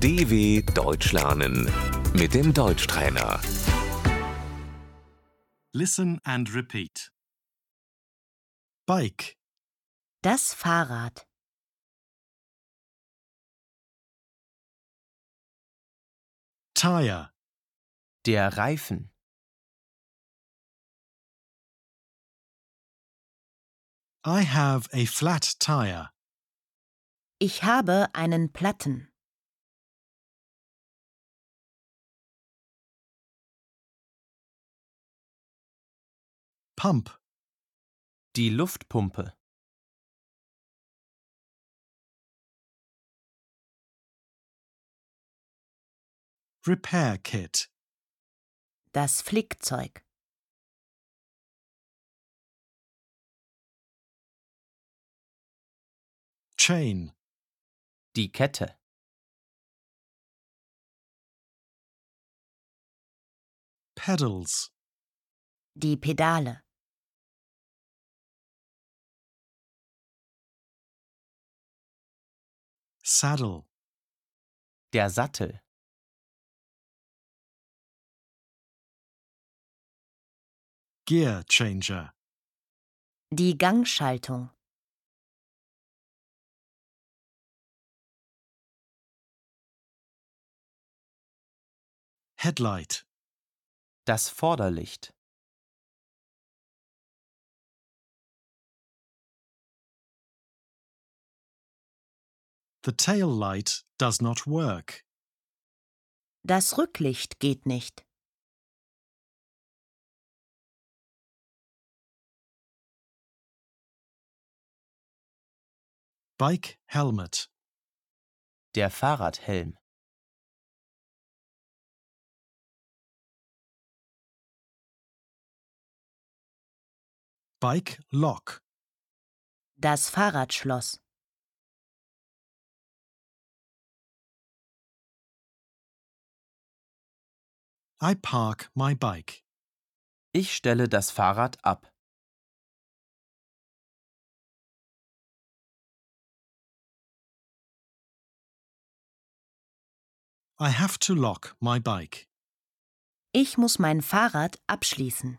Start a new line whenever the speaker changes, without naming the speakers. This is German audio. DW Deutsch lernen mit dem Deutschtrainer.
Listen and repeat. Bike,
Das Fahrrad.
tire,
Der Reifen.
I have a flat tire.
Ich habe einen Platten.
Pump,
Die Luftpumpe.
repair kit,
Das Flickzeug.
chain,
Die Kette.
pedals,
Die Pedale.
saddle,
Der Sattel.
gear changer,
Die Gangschaltung.
headlight,
Das Vorderlicht.
The tail light does not work.
Das Rücklicht geht nicht.
Bike helmet,
Der Fahrradhelm.
bike lock,
Das Fahrradschloss.
I park my bike.
Ich stelle das Fahrrad ab.
I have to lock my bike.
Ich muss mein Fahrrad abschließen.